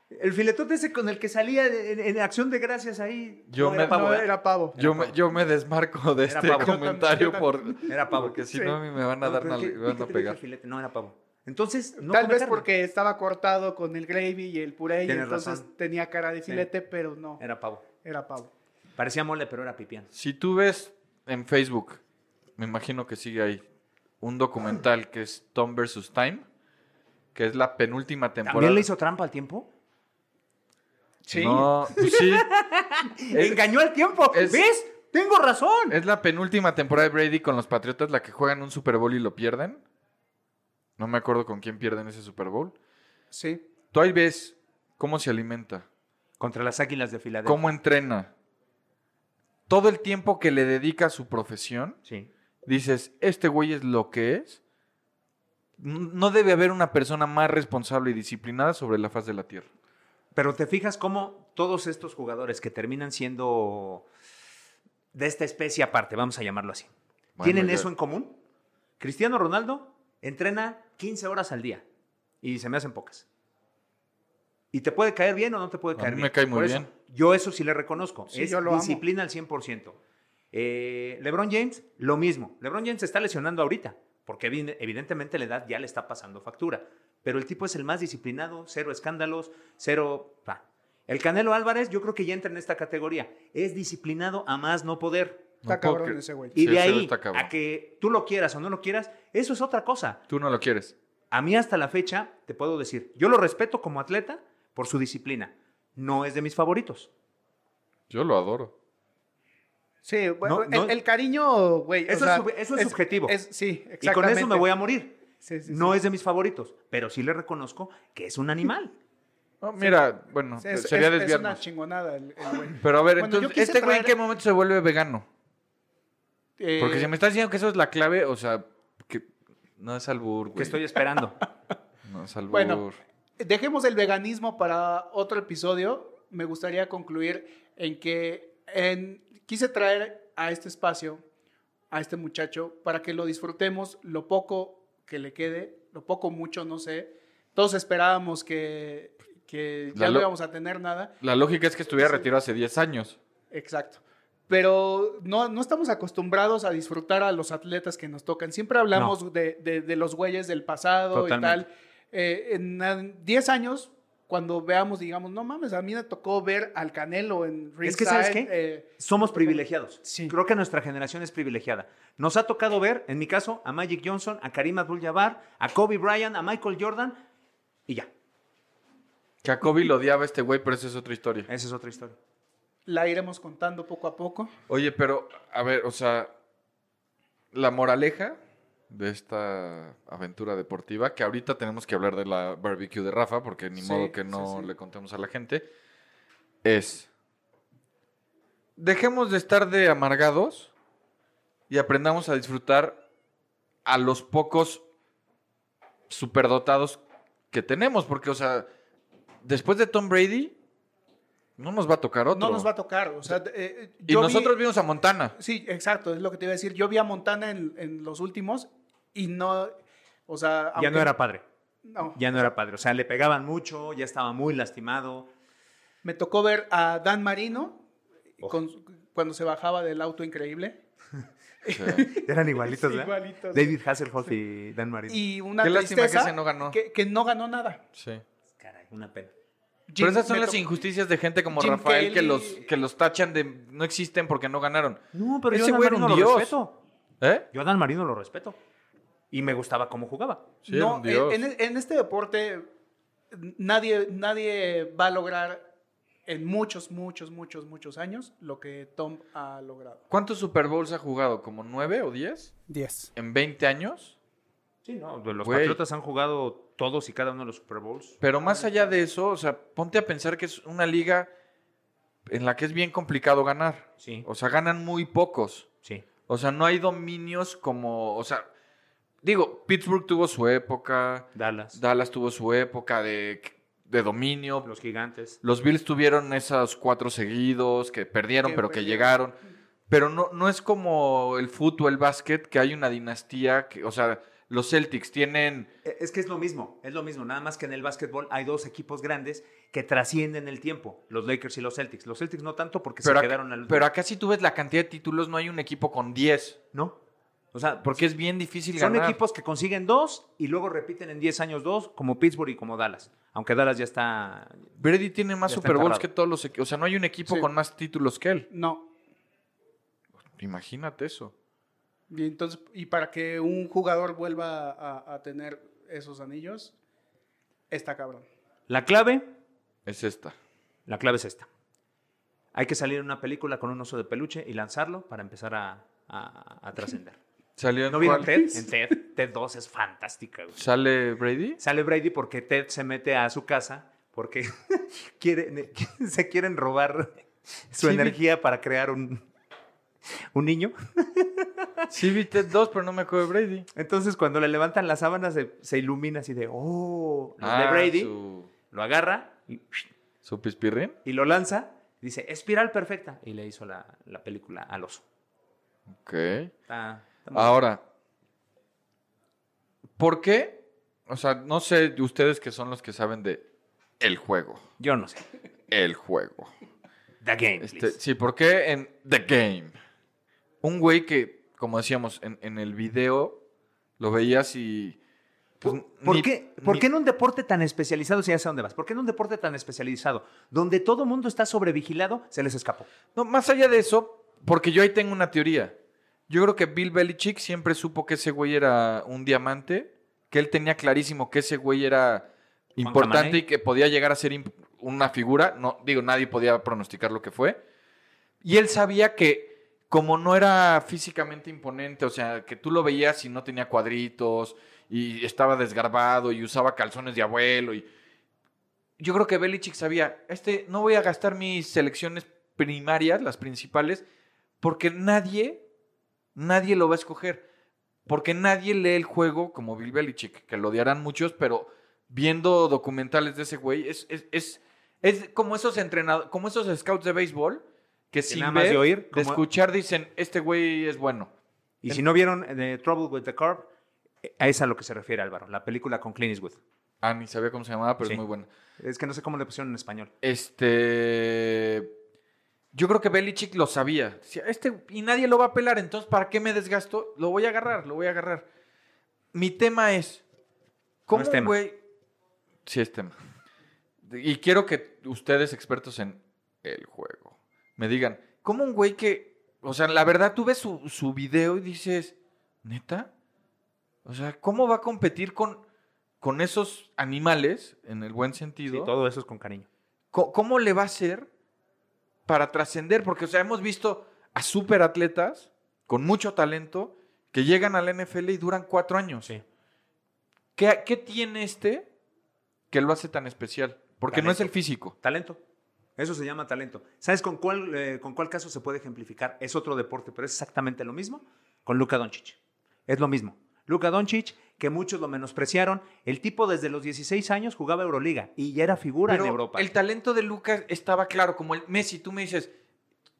el filetote ese con el que salía en, en Acción de Gracias ahí.
Yo
no,
me-
era pavo,
No,
¿eh?
era pavo.
Yo me, yo me desmarco de
Era
este
pavo. Yo
comentario
también, yo
por,
Era pavo.
porque si no a mí me van a
No,
dar
pero
nal-
¿qué-
me van
qué
a
te dije
pegar.
filete? No, era pavo. Entonces, no
Tal
come
vez
carne.
porque estaba cortado con el gravy y el puré y
Tienes
entonces
razón.
tenía cara de filete, pero no,
Era pavo.
era pavo.
Parecía mole, pero era pipián.
Si tú ves en Facebook, me imagino que sigue ahí, un documental que es Tom vs. Time, que es la penúltima temporada.
¿También le hizo trampa al tiempo?
Sí.
No, pues sí. Es-
Engañó al tiempo.
es-
¿Ves? Tengo razón.
Es la penúltima temporada de Brady con los Patriotas, la que juegan un Super Bowl y lo pierden. No me acuerdo con quién pierden ese Super Bowl.
Sí.
Tú ahí ves cómo se alimenta,
Contra las águilas de Filadelfia.
cómo entrena. Todo el tiempo que le dedica a su profesión,
Sí.
dices, este güey es lo que es. N- No debe haber una persona más responsable y disciplinada sobre la faz de la tierra.
Pero te fijas cómo todos estos jugadores que terminan siendo de esta especie aparte, vamos a llamarlo así,
Bueno,
¿tienen
ya-
eso en común? Cristiano Ronaldo entrena 15 horas al día y se me hacen pocas. ¿Y te puede caer bien o no te puede
A
caer
mí
bien?
me cae muy
Por eso,
bien.
Yo eso sí le reconozco.
Sí,
es
yo lo amo.
disciplina al 100%. Eh, LeBron James, lo mismo. LeBron James se está lesionando ahorita porque evi- evidentemente la edad ya le está pasando factura. Pero el tipo es el más disciplinado, cero escándalos, cero... pa. El Canelo Álvarez yo creo que ya entra en esta categoría. Es disciplinado a más no poder.
Está
No puedo
cabrón
creer.
ese güey.
Y
Sí,
de
el cero
ahí
está cabrón.
a que tú lo quieras o no lo quieras, eso es otra cosa.
Tú no lo quieres.
A mí hasta la fecha, te puedo decir, yo lo respeto como atleta por su disciplina. No es de mis favoritos.
Yo lo adoro.
Sí, bueno,
No, no.
El, el cariño, güey. o
Eso es
sea,
sub- eso es subjetivo.
es- sí,
Y con
exactamente.
eso me voy a morir.
Sí, sí,
No
sí.
es de mis favoritos, pero sí le reconozco que es un animal.
No, mira, bueno,
Sí, es-
sería
es- es una
desviarnos.
chingonada el, el güey.
Pero a ver,
Bueno, yo
entonces,
quise
¿este güey en
traer-
qué momento se vuelve vegano?
Eh,
Porque si me estás diciendo que eso es la clave, o sea, que no es albur, güey.
Que estoy esperando.
No es albur.
Bueno, dejemos el veganismo para otro episodio. Me gustaría concluir en que en- quise traer a este espacio, a este muchacho, para que lo disfrutemos lo poco que le quede, lo poco mucho, no sé. Todos esperábamos que, que ya
La
no
lo-
íbamos a tener nada.
La lógica es que estuviera retirado hace 10 años.
Exacto. Pero no, no estamos acostumbrados a disfrutar a los atletas que nos tocan. Siempre hablamos de, de- de los güeyes del pasado y
Totalmente.
tal. Eh, en en 10 años, cuando veamos, digamos, no mames, a mí me tocó ver al Canelo en Ringside.
Es que, ¿sabes qué?
eh,
Somos privilegiados.
Sí.
Creo que nuestra generación es privilegiada. Nos ha tocado ver, en mi caso, a Magic Johnson, a Karim Abdul-Jabbar, a Kobe Bryant, a Michael Jordan y ya.
Que a Kobe lo odiaba este güey, pero esa es otra historia.
Esa es otra historia.
la iremos contando poco a poco.
Oye, pero, a ver, o sea, la moraleja de esta aventura deportiva, que ahorita tenemos que hablar de la barbecue de Rafa, porque ni
Sí,
modo que
sí,
no
sí.
le contemos a la gente, es, dejemos de estar de amargados y aprendamos a disfrutar a los pocos superdotados que tenemos, porque, o sea, después de Tom Brady, no nos va a tocar otro.
No nos va a tocar. O sea, eh,
y
yo vi-
nosotros vimos a Montana.
Sí, exacto, es lo que te iba a decir. Yo vi a Montana en, en los últimos y no. O sea.
Ya no
aunque-
era padre.
no.
Ya no era padre. O sea, le pegaban mucho, ya estaba muy lastimado.
Me tocó ver a Dan Marino
Oh.
con su- cuando se bajaba del auto increíble.
Eran igualitos, ¿verdad?
Igualitos.
David Hasselhoff y Dan Marino.
Y una
Qué lástima
tristeza
que ese no ganó.
Que, que no ganó nada.
Sí.
Caray, una pena.
Jim-
Pero esas son
me
las
to-
injusticias de gente como
Jim
Rafael que
Kelly-
los, que los tachan de no existen porque no ganaron.
No, pero
Ese
yo a Dan
güey era un
Marino
dios.
lo respeto.
¿Eh?
Yo a Dan Marino lo respeto. Y me gustaba cómo jugaba.
Sí, era
no,
un dios.
En, en- en este deporte nadie, nadie va a lograr en muchos, muchos, muchos, muchos años lo que Tom ha logrado.
¿Cuántos Super Bowls ha jugado? ¿Como nueve o diez?
10.
¿En 20 años?
Sí, no, los
Güey.
Patriotas han jugado todos y cada uno de los Super Bowls.
Pero más
Ah,
allá de eso, o sea, ponte a pensar que es una liga en la que es bien complicado ganar.
Sí.
O sea, ganan muy pocos.
Sí.
O sea, no hay dominios como, o sea, digo, Pittsburgh tuvo su época,
Dallas,
Dallas tuvo su época de, de dominio,
los Gigantes.
Los Bills tuvieron esos cuatro seguidos que perdieron,
Que
pero que
perdieron.
llegaron. Pero no, no es como el fútbol, el básquet, que hay una dinastía. Que, o sea, los Celtics tienen.
Eh, Es que es lo mismo, es lo mismo. Nada más que en el básquetbol hay dos equipos grandes que trascienden el tiempo, los Lakers y los Celtics. Los Celtics no tanto porque
Pero
se
acá,
quedaron al último.
pero acá, si tú ves la cantidad de títulos, no hay un equipo con 10.
No. O sea,
Porque es bien difícil
son
ganar.
equipos que consiguen dos y luego repiten en 10 años dos, como Pittsburgh y como Dallas. Aunque Dallas ya está.
Brady tiene más
Ya está
Super Bowls
enterrado.
que todos los equipos. O sea, no hay un equipo
Sí.
con más títulos que él.
No.
Imagínate eso.
Y entonces, y para que un jugador vuelva a, a tener esos anillos, está cabrón.
La clave,
Es esta.
la clave es esta. Hay que salir en una película con un oso de peluche y lanzarlo para empezar a, a- a trascender.
¿Salió en
¿No vieron
cuál?
Ted? En Ted. Ted 2 es fantástica. güey.
¿Sale Brady?
Sale Brady porque Ted se mete a su casa porque quiere- se quieren robar su
Sí, vi-
energía para crear un, un niño.
Sí vi Ted 2, pero no me acuerdo de Brady.
Entonces, cuando le levantan las sábanas, se, se ilumina así de, oh, los de
Ah,
Brady.
Su,
Lo agarra y,
su pispirrín.
y lo lanza. Dice, espiral perfecta. Y le hizo la, la película al oso.
Ok.
Está- está muy-
Ahora, ¿por qué? O sea, no sé ustedes que son los que saben de el juego.
Yo no sé.
El juego.
The Game.
Este,
please.
sí, ¿por qué en The Game? Un güey que, como decíamos, en, en el video lo veías y. pues,
¿Por, por
ni-
qué, por
ni-
qué en un deporte tan especializado, si ya sé dónde vas, por qué en un deporte tan especializado, donde todo mundo está sobrevigilado, se les escapó?
No, más allá de eso, porque yo ahí tengo una teoría. Yo creo que Bill Belichick siempre supo que ese güey era un diamante, que él tenía clarísimo que ese güey era importante
Camaney.
y que podía llegar a ser imp- una figura. No, digo, nadie podía pronosticar lo que fue. Y él sabía que como no era físicamente imponente, o sea, que tú lo veías y no tenía cuadritos y estaba desgarbado y usaba calzones de abuelo y yo creo que Belichick sabía, este no voy a gastar mis selecciones primarias, las principales, porque nadie nadie lo va a escoger, porque nadie lee el juego como Bill Belichick, que lo odiarán muchos, pero viendo documentales de ese güey es es, es, es como esos entrenadores, como esos scouts de béisbol que sin
nada más
ver,
de oír,
de
como-
escuchar dicen, este güey es bueno.
Y si no vieron eh, The Trouble with the Curve, eh, a esa es a lo que se refiere Álvaro, la película con Clint Eastwood.
Ah, ni sabía cómo se llamaba, pero
Sí.
es muy buena.
Es que no sé cómo le pusieron en español.
Este. Yo creo que Belichick lo sabía. Decía, este, y nadie lo va a pelar, entonces, ¿para qué me desgasto? Lo voy a agarrar, lo voy a agarrar. Mi tema es. ¿Cómo
es
un
tema.
güey. Sí, es tema. Y quiero que ustedes, expertos en el juego, me digan, ¿cómo un güey que. O sea, la verdad, tú ves su, su video y dices, ¿neta? O sea, ¿cómo va a competir con, con esos animales, en el buen
Sí,
sentido?
todo eso es con cariño.
co- ¿cómo le va a hacer para trascender? Porque, o sea, hemos visto a superatletas con mucho talento que llegan a la NFL y duran cuatro años.
Sí.
¿Qué, qué tiene este que lo hace tan especial? Porque no es el
Talento.
físico.
Talento. Eso se llama talento. ¿Sabes con cuál, eh, con cuál caso se puede ejemplificar? Es otro deporte, pero es exactamente lo mismo con Luka Doncic. Es lo mismo. Luka Doncic, que muchos lo menospreciaron, el tipo desde los 16 años jugaba Euroliga y ya era figura
Pero
en Europa.
El talento de Lucas estaba claro, como el Messi, tú me dices,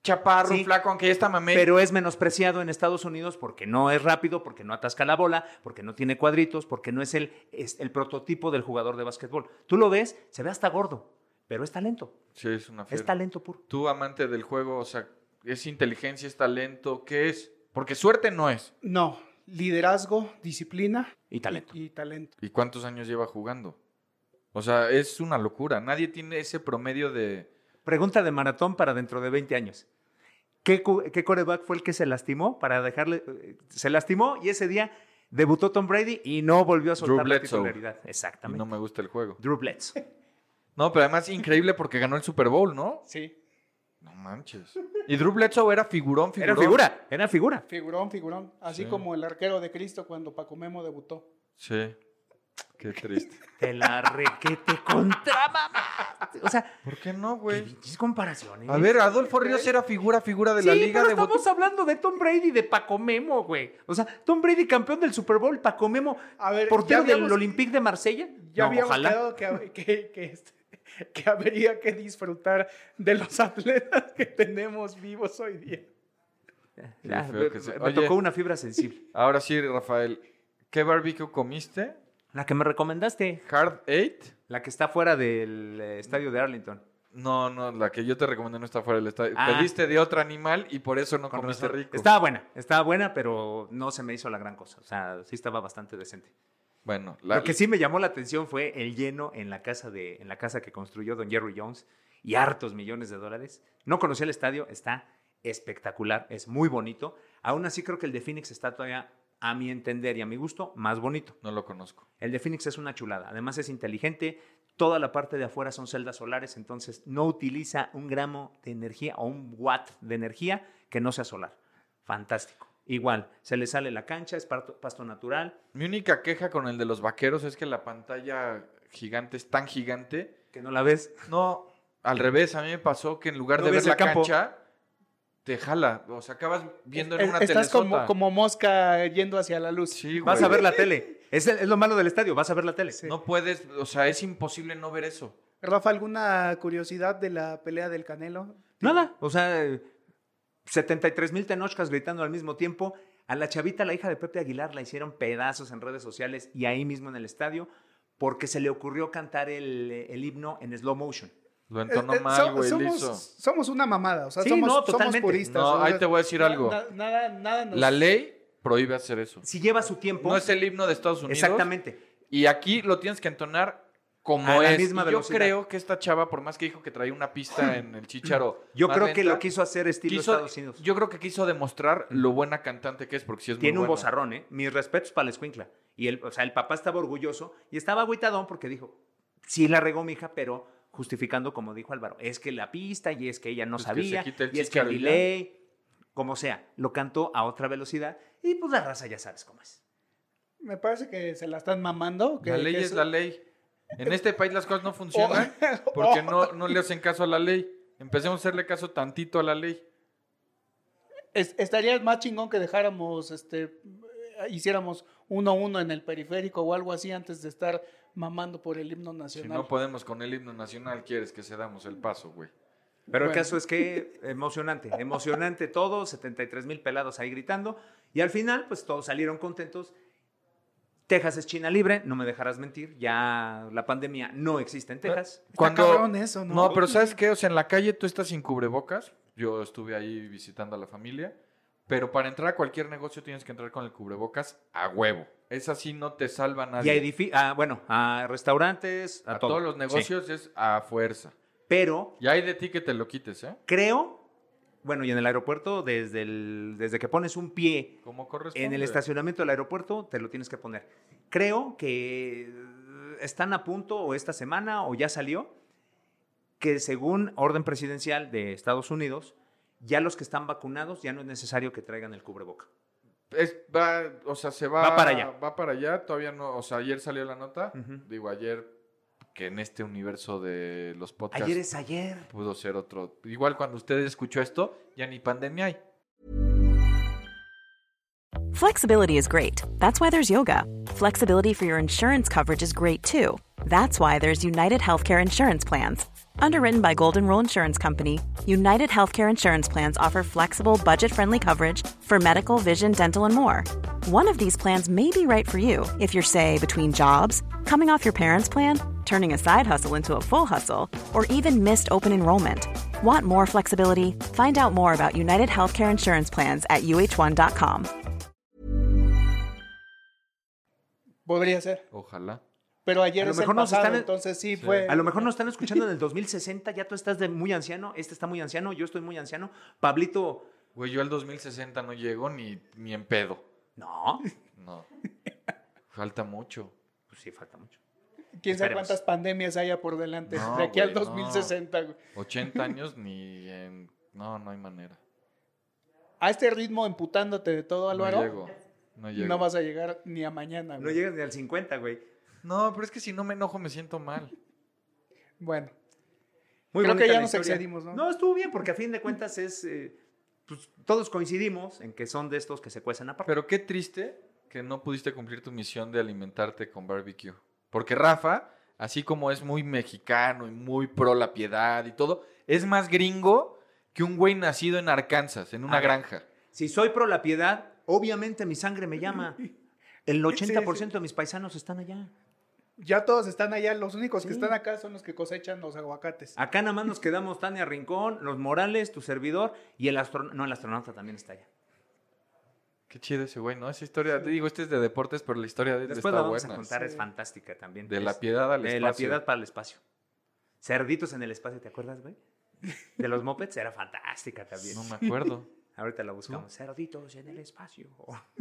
chaparro,
Sí.
flaco, aunque ya está mamé.
pero es menospreciado en Estados Unidos porque no es rápido, porque no atasca la bola, porque no tiene cuadritos, porque no es el, es el prototipo del jugador de básquetbol. Tú lo ves, se ve hasta gordo, pero es talento.
sí, es una
Es
fiera.
talento puro.
Tú, amante del juego, o sea, es inteligencia, es talento, ¿qué es? Porque suerte no es.
No, liderazgo, disciplina
Y talento.
y talento.
¿Y cuántos años lleva jugando? O sea, es una locura. Nadie tiene ese promedio de.
Pregunta de maratón para dentro de 20 años. ¿Qué, cu- qué coreback fue el que se lastimó para dejarle? eh, Se lastimó y ese día debutó Tom Brady y no volvió a soltar la
Bledsoe.
titularidad.
"Y
Exactamente.
No me gusta el juego.
Drew Bledsoe.
No, pero además increíble porque ganó el Super Bowl, ¿no?
Sí.
No manches. Y Drew Bledsoe era figurón, figurón.
Era figura, era figura.
Figurón, figurón. Así
Sí.
como el arquero de Cristo cuando Paco Memo debutó.
Sí. Qué triste.
Te la requete contra mamá. O sea,
¿Por qué no,
Pues.
qué
güey?
pinches comparaciones.
A ver, Adolfo Ríos era figura, figura de la
Sí,
liga
pero
de bot-
estamos hablando de Tom Brady y de Paco Memo, güey. O sea, Tom Brady campeón del Super Bowl, Paco Memo
A ver,
portero
ya habíamos-
del Olympique de Marsella.
Ya
No,
habíamos
ojalá.
quedado que, que- que este- que habría que disfrutar de los atletas que tenemos vivos hoy día.
Ya,
Qué feo
me
que se-
me
Oye.
tocó una fibra sensible.
Ahora sí, Rafael. ¿Qué barbecue comiste?
La que me recomendaste.
¿Hard Eight?
La que está fuera del eh, estadio de Arlington.
No, no, la que yo te recomendé no está fuera del estadio.
Ah.
Pediste de otro animal y por eso no
Con
comiste
razón.
rico.
Estaba buena, estaba buena, pero no se me hizo la gran cosa. O sea, sí estaba bastante decente.
Bueno, la,
Lo que sí me llamó la atención fue el lleno en la casa de, en la casa que construyó Don Jerry Jones y hartos millones de dólares. No conocí el estadio, está espectacular, es muy bonito. Aún así creo que el de Phoenix está todavía, a mi entender y a mi gusto, más bonito.
no lo conozco.
El de Phoenix es una chulada. Además es inteligente. Toda la parte de afuera son celdas solares, entonces no utiliza un gramo de energía o un watt de energía que no sea solar. Fantástico. Igual, se le sale la cancha, es parto- pasto natural,
Mi única queja con el de los vaqueros es que la pantalla gigante es tan gigante
que no la ves.
No, al revés, a mí me pasó que en lugar
No
de ver
ves el
la
campo.
cancha, te jala. O sea, acabas viendo en
Es-
una
Estás como,
telesota.
como mosca yendo hacia la luz.
Sí,
Vas
güey.
a ver la tele. Es, el- es lo malo del estadio, vas a ver la tele.
No puedes, o sea, es imposible no ver eso.
Rafa, ¿alguna curiosidad de la pelea del Canelo?
Nada, o sea, 73 mil tenochcas gritando al mismo tiempo. A la chavita, la hija de Pepe Aguilar, la hicieron pedazos en redes sociales y ahí mismo en el estadio porque se le ocurrió cantar el, el himno en slow motion.
Lo
Eh,
entonó
eh,
mal,
so-
güey, liso.
somos, somos una mamada, o sea,
Sí,
somos,
no,
somos
totalmente.
puristas. o
No,
sea,
ahí te voy a decir algo.
na- Nada, nada nos-
La ley prohíbe hacer eso.
Si lleva su tiempo,
No es el himno de Estados Unidos.
exactamente.
Y aquí lo tienes que entonar como
A la
es.
misma
Y yo
velocidad.
creo que esta chava, por más que dijo que traía una pista en el chicharo.
Yo
más
creo que
lenta,
lo quiso hacer estilo
quiso-
Estados Unidos.
Yo creo que quiso demostrar lo buena cantante que es, porque sí es muy
Tiene un
buena.
bozarrón, ¿eh? Mis respetos para la escuincla. Y el, o sea, el papá estaba orgulloso y estaba agüitadón porque dijo, sí la regó mi hija, pero justificando como dijo Álvaro, es que la pista y es que ella no
Pues que se
sabía
quite el
y es que el
chicharro y ya.
delay, como sea, lo cantó a otra velocidad y pues la raza ya sabes cómo es.
Me parece que se la están mamando. Que,
la ley
que
es la ley. En este país las cosas no funcionan
Oh.
porque no, no le hacen caso a la ley. Empecemos a hacerle caso tantito a la ley.
es- estaría más chingón que dejáramos, este, eh, hiciéramos uno a uno en el periférico o algo así antes de estar mamando por el himno
Si
nacional.
no pues, podemos con el himno nacional, quieres que cedamos el paso, güey.
Pero
Bueno.
el caso es que emocionante, emocionante todo, 73 mil pelados ahí gritando y al final pues todos salieron contentos. Texas es China libre, no me dejarás mentir, ya la pandemia no existe en Texas.
cabrón eso, ¿no?
pero ¿sabes qué? O sea, en la calle tú estás sin cubrebocas. Yo estuve ahí visitando a la familia. Pero para entrar a cualquier negocio tienes que entrar con el cubrebocas a huevo. Es así, no te salva
Y
nadie.
a edifi- a, bueno, a restaurantes, a,
a
todo.
todos los negocios es a fuerza.
Sí. Pero
Y hay de ti que te lo quites, ¿eh?
creo, bueno, y en el aeropuerto, desde, el- desde que pones un pie
Como corresponde.
en el estacionamiento del aeropuerto, te lo tienes que poner. Creo que eh, están a punto, o esta semana, o ya salió, que según orden presidencial de Estados Unidos, ya los que están vacunados ya no es necesario que traigan el cubreboca.
Es- va, o sea, se va,
Va para allá.
Va para allá, todavía no. O sea, ayer salió la nota.
Ujú.
Digo, ayer, que en este universo de los podcasts
Ayer es ayer.
pudo ser otro. Igual cuando usted escuchó esto, ya ni pandemia hay.
Flexibility is great. That's why there's yoga. Flexibility for your insurance coverage is great too. That's why there's United Healthcare Insurance Plans. Underwritten by Golden Rule Insurance Company, United Healthcare Insurance Plans offer flexible, budget friendly coverage for medical, vision, dental, and more. One of these plans may be right for you if you're, say, between jobs, coming off your parents' plan, turning a side hustle into a full hustle, or even missed open enrollment. Want more flexibility? Find out more about United Healthcare Insurance Plans at uh1.com.
Podría ser.
Ojalá.
Pero ayer
A lo
es el
mejor nos
pasado,
están-
entonces sí, fue.
A lo mejor nos están escuchando en el 2060, ya tú estás de muy anciano, este está muy anciano, yo estoy muy anciano. Pablito,
Güey, yo al 2060 no llego ni, ni en pedo.
no,
No. Falta mucho.
pues sí, falta mucho.
Quién sabe
esperemos.
cuántas pandemias haya por delante.
No,
de aquí al
güey, no.
2060, güey.
80 años ni en. No, no hay manera.
A este ritmo, emputándote de todo, Álvaro,
No
no,
llego. No llego.
vas a llegar ni a mañana,
No
güey.
llegas ni al 50, güey.
No, pero es que si no me enojo me siento mal.
bueno,
Muy
Creo que
bonita
ya
la
nos
historia.
excedimos, ¿no?
No, estuvo bien, porque a fin de cuentas es. eh, pues, todos coincidimos en que son de estos que se cuecen aparte.
Pero qué triste que no pudiste cumplir tu misión de alimentarte con barbecue. Porque Rafa, así como es muy mexicano y muy pro la piedad y todo, es más gringo que un güey nacido en Arkansas, en una
A ver.
granja.
si soy pro la piedad, obviamente mi sangre me llama. El 80% de mis paisanos están allá.
Ya todos están allá, los únicos que están acá son los que cosechan los aguacates.
Acá nada más nos quedamos Tania Rincón, los Morales, tu servidor y el astronauta. No, el astronauta también está allá.
Qué chido ese güey, ¿no? Esa historia, te digo, este es de deportes, pero la historia de él
Después la
está
vamos
buena.
a contar, es fantástica también.
De
Es-
la piedad al
de la
espacio.
piedad para el espacio. Cerditos en el espacio, ¿te acuerdas, güey? De los mopeds era fantástica también.
No me acuerdo.
Ahorita la buscamos. Cerditos en el espacio.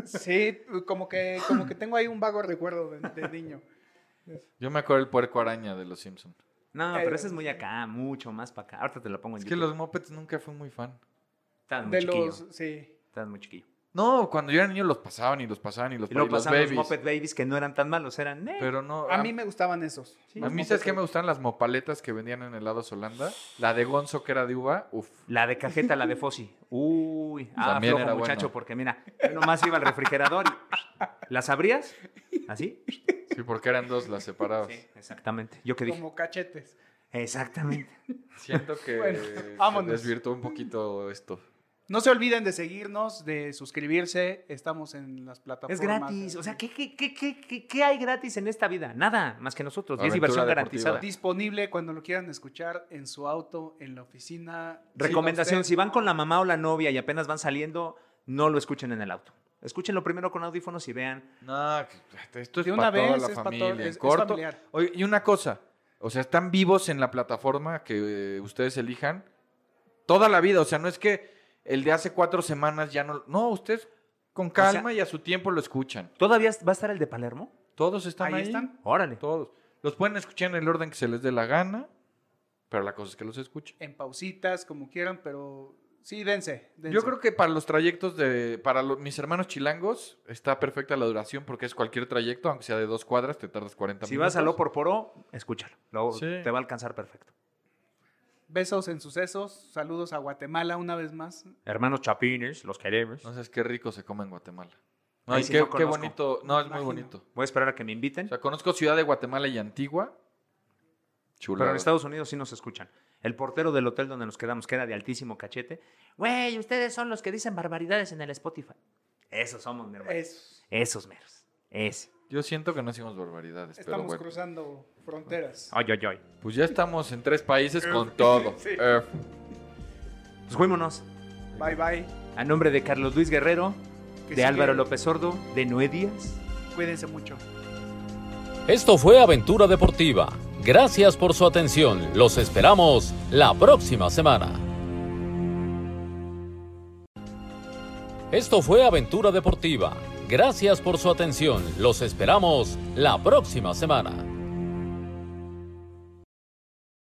Sí, como que, como que tengo ahí un vago recuerdo de, de niño.
Yo me acuerdo el puerco araña de los Simpsons.
No, pero ese es muy acá, mucho más para acá. Ahorita te lo pongo en
Es que
YouTube.
los Muppets nunca fui muy fan.
Estás muy
De
Ah, chiquillo.
los, sí.
Estás muy chiquillo.
No, cuando yo era niño los pasaban y los pasaban y los, pa-
Y
y
luego
los
pasaban los
babies.
Muppet Babies que no eran tan malos, eran... eh.
pero no.
A mí me gustaban esos.
A mí, ¿sabes qué me gustaban las mopaletas que vendían en helados Holanda? La de Gonzo, que era de uva, uf.
La de cajeta, la de Fossi. Uy, ah,
También
flojo,
era
muchacho,
bueno.
porque mira, yo nomás iba al refrigerador y las abrías, así.
Sí, porque eran dos, las separabas.
Exactamente. Yo qué dije.
Como cachetes.
Exactamente.
Siento que
Bueno,
se
vámonos.
desvirtuó un poquito esto.
No se olviden de seguirnos, de suscribirse. Estamos en las plataformas.
Es gratis. O sea, ¿qué, qué, qué, qué, qué- qué hay gratis en esta vida? Nada, más que nosotros. Y es
Aventura
diversión
deportiva.
garantizada.
Disponible cuando lo quieran escuchar en su auto, en la oficina.
Recomendación,
Sí,
si van con la mamá o la novia y apenas van saliendo, no lo escuchen en el auto. Escúchenlo primero con audífonos y vean.
No, que- esto es
De
para
una
toda
vez,
la
es pa'
familia,
todo-
en
es- es
corto.
familiar.
Oye, y una cosa, o sea, están vivos en la plataforma que eh, ustedes elijan toda la vida, o sea, no es que el de hace cuatro semanas ya no... No, ustedes con calma y a su tiempo lo escuchan.
¿Todavía va a estar el de Palermo?
Todos están ahí,
Ahí están.
Órale.
todos. Los pueden escuchar en el orden que se les dé la gana, pero la cosa es que los escuchen.
En pausitas, como quieran, pero sí, dense. dense.
Yo creo que para los trayectos de... Para lo- mis hermanos chilangos está perfecta la duración porque es cualquier trayecto, aunque sea de dos cuadras, te tardas 40
Si
minutos.
vas a Lo por Poró, escúchalo. Lo-
Sí.
Te va a alcanzar perfecto.
Besos en sucesos. Saludos a Guatemala una vez más.
Hermanos Chapines, los queremos.
No sabes qué rico se come en Guatemala. No,
Ahí
y
sí
qué,
no
qué
conozco.
bonito. No, es muy
Imagino.
bonito.
Voy a esperar a que me inviten.
O sea, conozco Ciudad de Guatemala y Antigua. Chula.
Pero en Estados Unidos sí nos escuchan. El portero del hotel donde nos quedamos, que era de altísimo cachete. Güey, ustedes son los que dicen barbaridades en el Spotify. Esos somos, mi hermano.
Eso.
Esos meros. Ese.
Yo siento que no hicimos barbaridades, pero
Estamos
bueno.
cruzando fronteras.
Ay, ay, ay.
Pues ya estamos en tres países con todo. F.
Pues fuímonos.
Bye, bye.
A nombre de Carlos Luis Guerrero,
Que
de
sigue-
Álvaro López Sordo, de Noé Díaz.
Cuídense mucho.
Esto fue Aventura Deportiva. Gracias por su atención. Los esperamos la próxima semana. Esto fue Aventura Deportiva. Gracias por su atención. Los esperamos la próxima semana.